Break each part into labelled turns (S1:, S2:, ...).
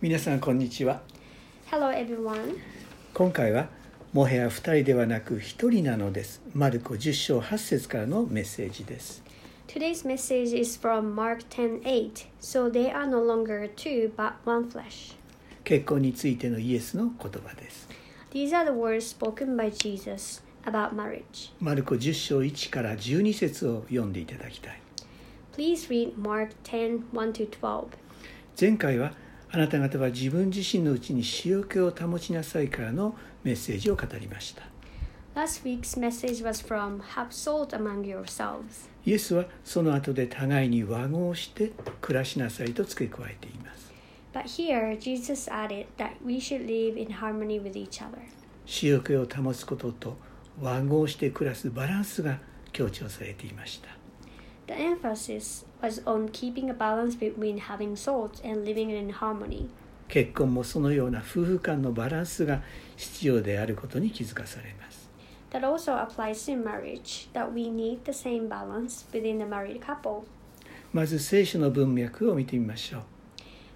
S1: 皆さんこんにちは
S2: Hello everyone.
S1: 今回はもはや2人ではなく1人なのですマルコ10章8節からのメッセージです
S2: Today's message is from Mark 10:8. So they are no longer two but one flesh.
S1: 結婚についてのイエスの言葉です
S2: These are the words spoken by Jesus about marriage.
S1: マルコ10章1から12節を読んでいただきたい
S2: Please read Mark 10:1 to 12.
S1: 前回はあなた方は自分自身のうちに塩気を保ちなさいからのメッセージを語りました
S2: Last week's message was from Have salt among yourselves.
S1: イエスはその後で互いに和合して暮らしなさいと付け加えています
S2: But here Jesus added that we should live in harmony with each other.
S1: 塩気を保つことと和合して暮らすバランスが強調されていました
S2: The emphasis was on keeping a balance between having salt and living in harmony.
S1: 結婚もそのような夫婦間のバランスが必要であることに気づかされます
S2: That also applies in marriage, that we need the same balance within the married couple.
S1: まず聖書の文脈を見てみましょう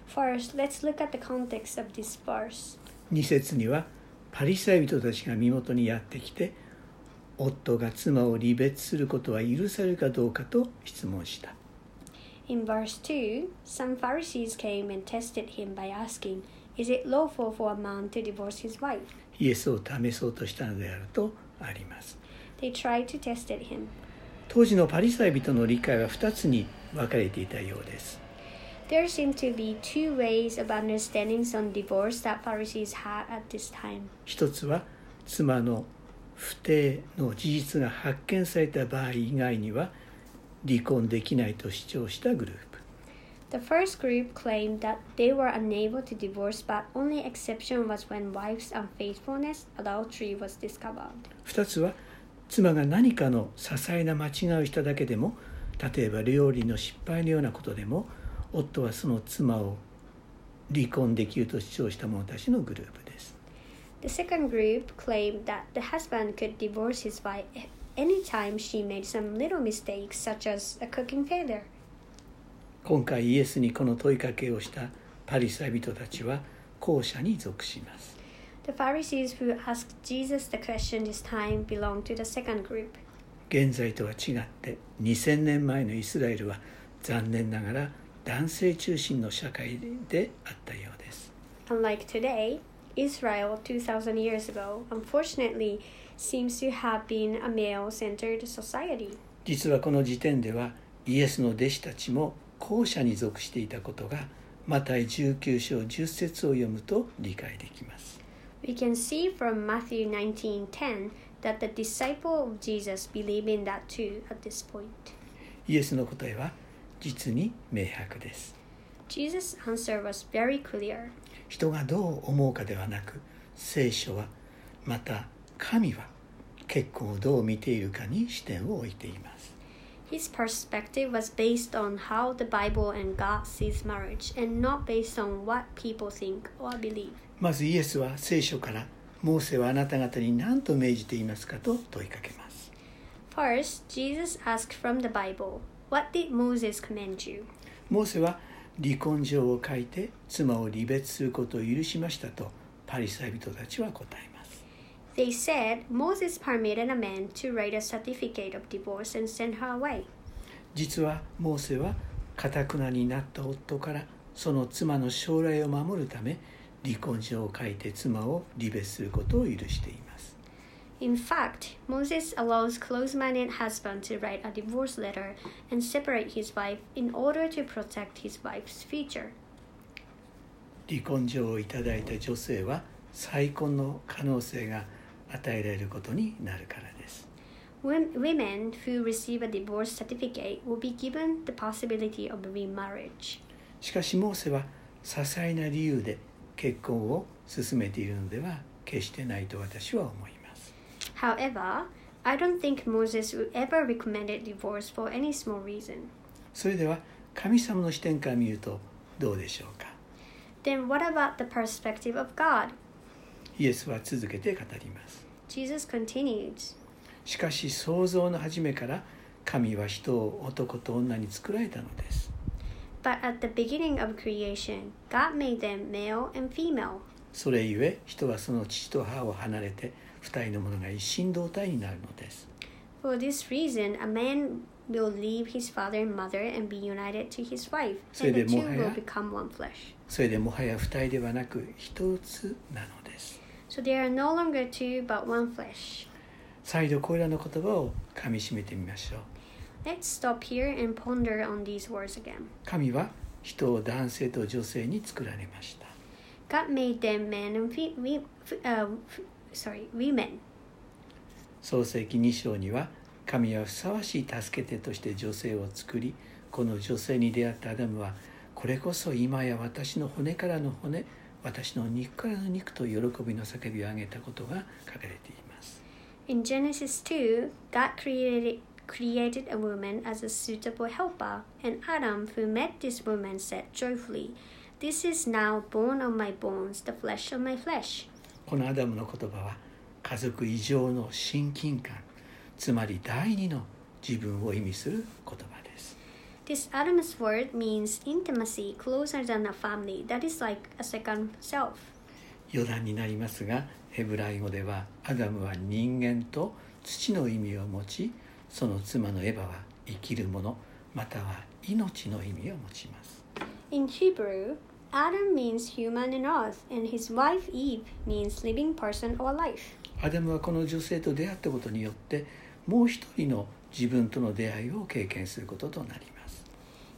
S2: First, let's look at the context of this verse.
S1: 2節にはパリサイ人たちが身元にやってきて夫が妻を離別することは許されるかどうかと質問した
S2: In verse 2, some Pharisees came and tested him by asking, Is it lawful for a man to divorce his wife?
S1: イエスを試そうとしたのであるとあります
S2: They tried to test it him.
S1: 当時のパリサイ人の理解は2つに分かれていたようです
S2: There seem to be two ways of understandings on divorce that Pharisees had at this time.
S1: 一つは妻の不定の事実が発見された場合以外には離婚できないと主張したグループ
S2: The first group claimed that they were unable to divorce, but only exception was when wife's unfaithfulness, adultery, was discovered.
S1: 二つは妻が何かの些細な間違いをしただけでも例えば料理の失敗のようなことでも夫はその妻を離婚できると主張した者たちのグループです
S2: The second group claimed that the husband could divorce his wife anytime she made some little mistakes, such as a cooking failure.
S1: 今回イエスにこの問いかけをしたパリサイ人たちは後者に属します
S2: The Pharisees who asked Jesus the question this time belonged to the second group.
S1: 現在とは違って2000年前のイスラエルは残念ながら男性中心の社会であったようです
S2: Unlike today, Israel 2000 years ago, unfortunately, seems to have been a male centered society.
S1: 実はこの時点ではイエスの弟子たちも後者に属していたことがマタイ19章10節を読むと理解できます
S2: We can see from Matthew 19:10 that the disciple of Jesus believed in that too at this point.
S1: イエスの答えは実に明白です
S2: Jesus' answer was very clear.
S1: 人がどう思うかではなく聖書はまた神は結婚をどう見ているかに視点を置いています
S2: His perspective was based on how the Bible and God sees marriage and not based on what people think or believe.
S1: まずイエスは聖書から「モーセはあなた方に何と命じていますか?」と問いかけます。
S2: First, Jesus asked from the Bible, What did Moses command you?
S1: モーセは離婚状を書いて妻を離別することを許しましたとパリサイ人たちは答えます。
S2: They said Moses permitted a man to write a certificate of divorce and send her away.
S1: 実はモーセはかたくなになった夫からその妻の将来を守るため離婚状を書いて妻を離別することを許しています。
S2: In fact, Moses allows close minded husband to write a divorce letter and separate his wife in order to protect his wife's future.
S1: 離婚状をいただいた女性は再婚の可能性が与えられることになるからです。
S2: Wom- Women who receive a divorce certificate will be given the possibility of remarriage.
S1: しかしモーセは些細な理由で結婚を進めているのでは決してないと私は思います。
S2: However, I don't think Moses would ever recommended divorce for any small reason.
S1: それでは神様の視点から見るとどうでしょうか
S2: Then what about the perspective of God?
S1: イエスは続けて語ります。
S2: Jesus continues.
S1: しかし創造の初めから神は人を男と女に作られたのです。
S2: But at the beginning of creation, God made them male and female.
S1: それゆえ人はその父と母を離れて二人のものが一心同体になるのです
S2: For this reason, a man will leave his father and mother and be united to his wife, and the
S1: そ
S2: two will
S1: れでもはや
S2: become one flesh.
S1: それでもはや二人ではなく一つなのです
S2: So they are no longer two, but one flesh.
S1: 再度これらの言葉を噛みしめてみましょう
S2: Let's stop here and ponder on these words again.
S1: 神は人を男性と女性に作られました
S2: God made them men and fe- we- f- uh, f- sorry, women.
S1: 創世記2章には神はふさわしい助け手として女性を作りこの女性に出会ったアダムはこれこそ今や私の骨からの骨私の肉からの肉と喜びの叫びを上げたことが書かれています
S2: In Genesis 2, God created created a woman as a suitable helper, and Adam, who met this woman, said joyfully, "This is now bone of my bones, the flesh of my flesh."
S1: このアダムの言葉は家族以上の親近感つまり第二の自分を意味する言葉です
S2: This Adam's word means intimacy, closer than a family, that is like a second self.
S1: 余談になりますがヘブライ語ではアダムは人間と土の意味を持ちその妻のエヴァは生きるものまたは命の意味を持ちます
S2: In Hebrew, Adam means human and earth, and his wife Eve means living person or life.
S1: アダムはこの女性と出会ったことによってもう一人の自分との出会いを経験することとなります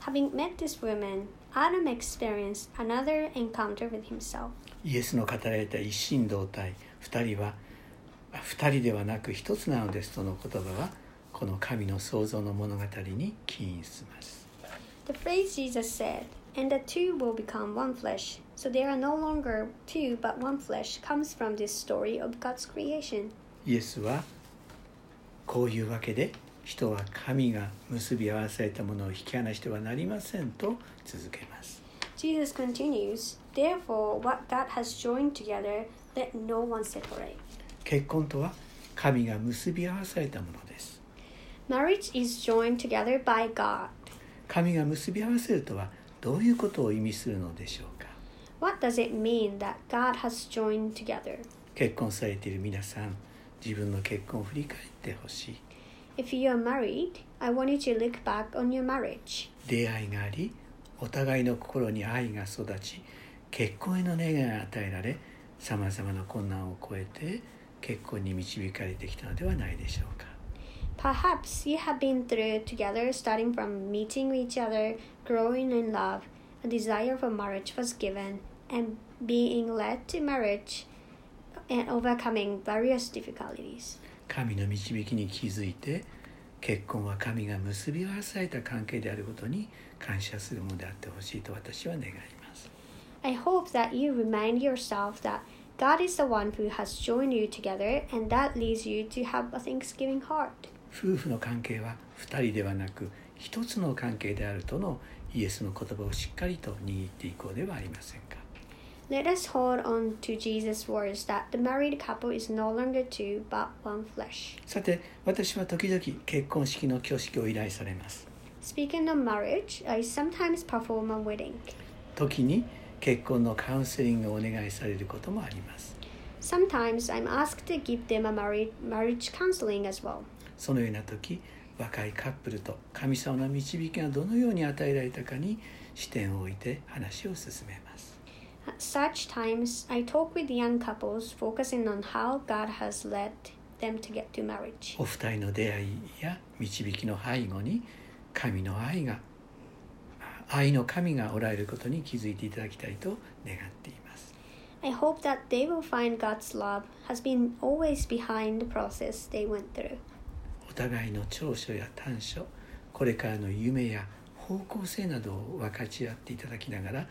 S2: Having met this woman, Adam experienced another encounter with himself.
S1: イエスの語られた一心同体二人はあ二人ではなく一つなのですとの言葉はこの神の創造の物語に起因します
S2: The phrase Jesus said, and the two will become one flesh, so they are no longer two but one flesh, comes from this story of God's creation.
S1: イエスはこういうわけで人は神が結び合わされたものを引き離してはなりませんと続けます
S2: Jesus continues, Therefore, what God has joined together, let no one separate.
S1: 結婚とは神が結び合わされたものです
S2: Marriage is joined together by God.
S1: 神が結び合わせるとはどういうことを意味するのでしょうか
S2: What does it mean that God has joined together?
S1: 結婚されている皆さん自分の結婚を振り返ってほしい
S2: If you are married, I want you to look back on your marriage.
S1: 出会いがありお互いの心に愛が育ち結婚への願いが与えられさまざまな困難を超えて結婚に導かれてきたのではないでしょうか
S2: Perhaps you have been through together starting from meeting each other, growing in love, a desire for marriage was given, and being led to marriage and overcoming various difficulties.
S1: 神の導きに気づいて結婚は神が結び合わされた関係であることに感謝するものであってほしいと私は願います
S2: I hope that you remind yourself that God is the one who has joined you together and that leads you to have a thanksgiving heart.
S1: 夫婦の関係は2人ではなく一つの関係であるとのイエスの言葉をしっかりと握っていこうではありませんか
S2: Let us hold on to Jesus' words that the married couple is no longer two but one flesh.
S1: さて私は時々結婚式の挙式を依頼されます
S2: Speaking of marriage, I sometimes perform a wedding.
S1: 時に結婚のカウンセリングをお願いされることもあります
S2: Sometimes I'm asked to give them a marriage marriage counseling as well.
S1: そのような時若いカップルと神様の導きがどのように与えられたかに視点を置いて話を進めます
S2: At such times, I talk with young couples focusing on how God has led them to get to marriage.
S1: お二人の出会いや導きの背後に神の愛が愛の神がおられることに気づいていただきたいと願っています
S2: I hope that they will find God's love has been always behind the process they went through.
S1: お互いの長所や短所これからの夢や方向性などを分かち合っていただきながら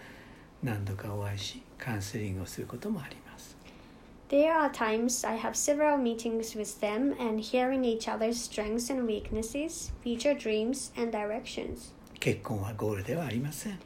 S1: 何度かお会いしカウンセリングをすることもあります
S2: There are times I have several meetings with them and hearing each other's strengths and weaknesses, future dreams, and directions.
S1: 結婚はゴールではありません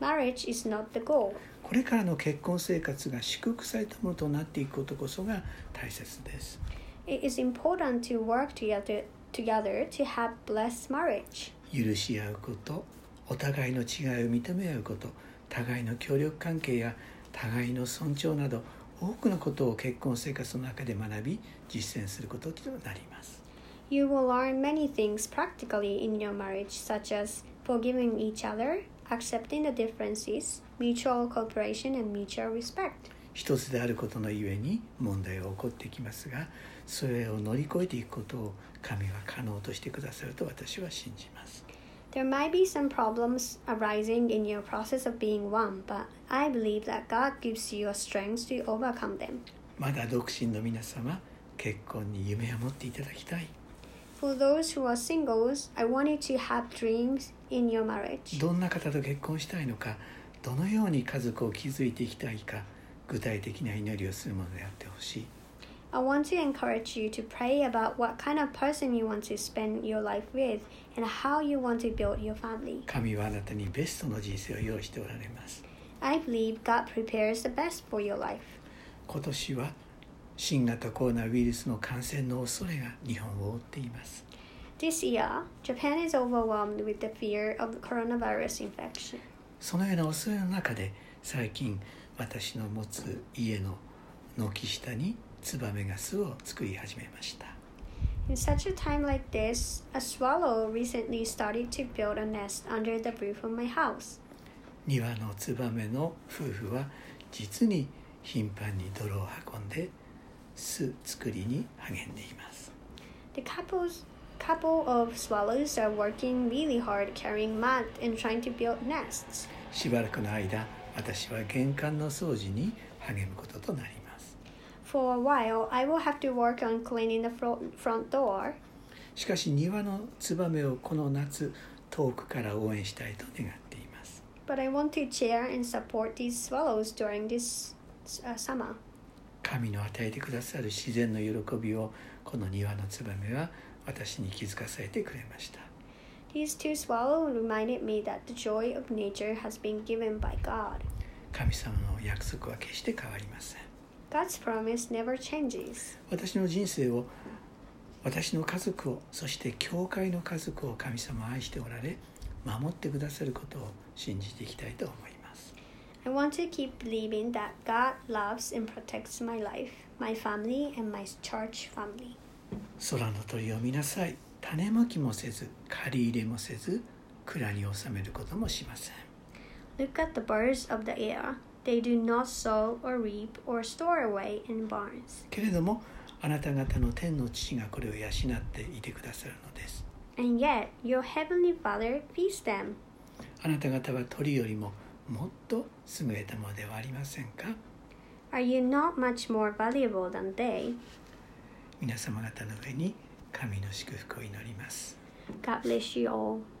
S2: Marriage is not the goal.
S1: これからの結婚生活が祝福されたものとなっていくことこそが大切です
S2: It is important to work together, together to have blessed marriage.
S1: 許し合うことお互いの違いを認め合うこと互いの協力関係や互いの尊重など多くのことを結婚生活の中で学び実践することとなります
S2: You will learn many things practically in your marriage, such as forgiving each other, accepting the differences, mutual cooperation, and mutual respect.
S1: 一つであることのゆえに問題が起こってきますがそれを乗り越えていくことを神は可能としてくださると私は信じます
S2: There might be some problems arising in your process of being one, but I believe that God gives you a strength to overcome them.
S1: まだ独身の皆様結婚に夢を持っていただきたい
S2: For those who are singles, I want you to have dreams in your marriage.
S1: どんな方と結婚したいのかどのように家族を築いていきたいか具体的な祈りをするものであってほしい
S2: I want to encourage you to pray about what kind of person you want to spend your life with and how you want to build your family.
S1: 神はあなたにベストの人生を用意しておられます
S2: I believe God prepares the best for your life.
S1: 今年は新型コロナウイルスの感染の恐れが日本を覆っています
S2: This year, Japan is overwhelmed with the fear of coronavirus infection.
S1: そのような恐れの中で最近私の持つ家の軒下にツバメが巣を作り始めました
S2: In such a time like this, a swallow recently started to build a nest under the roof of my house.
S1: 庭のツバメの夫婦は実に頻繁に泥を運んで巣作りに励んでいます
S2: The couple's couple of swallows are working really hard carrying mud and trying to build nests.
S1: しばらくの間私は玄関の掃除に励むこととなります
S2: For a while, I will have to work on cleaning the front, front door.
S1: しかし庭のツバメをこの夏遠くから応援したいと願っています
S2: But I want to cheer and support these swallows during this uh, summer.
S1: 神の与えてくださる自然の喜びをこの庭のツバメは私に気づかされてくれました
S2: These two swallows reminded me that the joy of nature has been given by God.
S1: 神様の約束は決して変わりません
S2: God's promise never changes.
S1: 私の人生を私の家族をそして教会の家族を神様は愛しておられ守ってくださることを信じていきたいと思います
S2: I want to keep believing that God loves and protects my life, my family, and my church family.
S1: 空の鳥を見なさい種まきもせず借り入れもせず蔵に収めることもしません
S2: Look at the birds of the air. They do not sow or reap or store away in barns,
S1: けれどもあなた方の天の父がこれを養っていてくださるのです
S2: and yet your heavenly Father feeds them.
S1: あなた方は鳥よりももっと優れたものではありませんか
S2: Are you not much more valuable than they?
S1: 皆様方の上に神の祝福を祈ります
S2: God bless you all.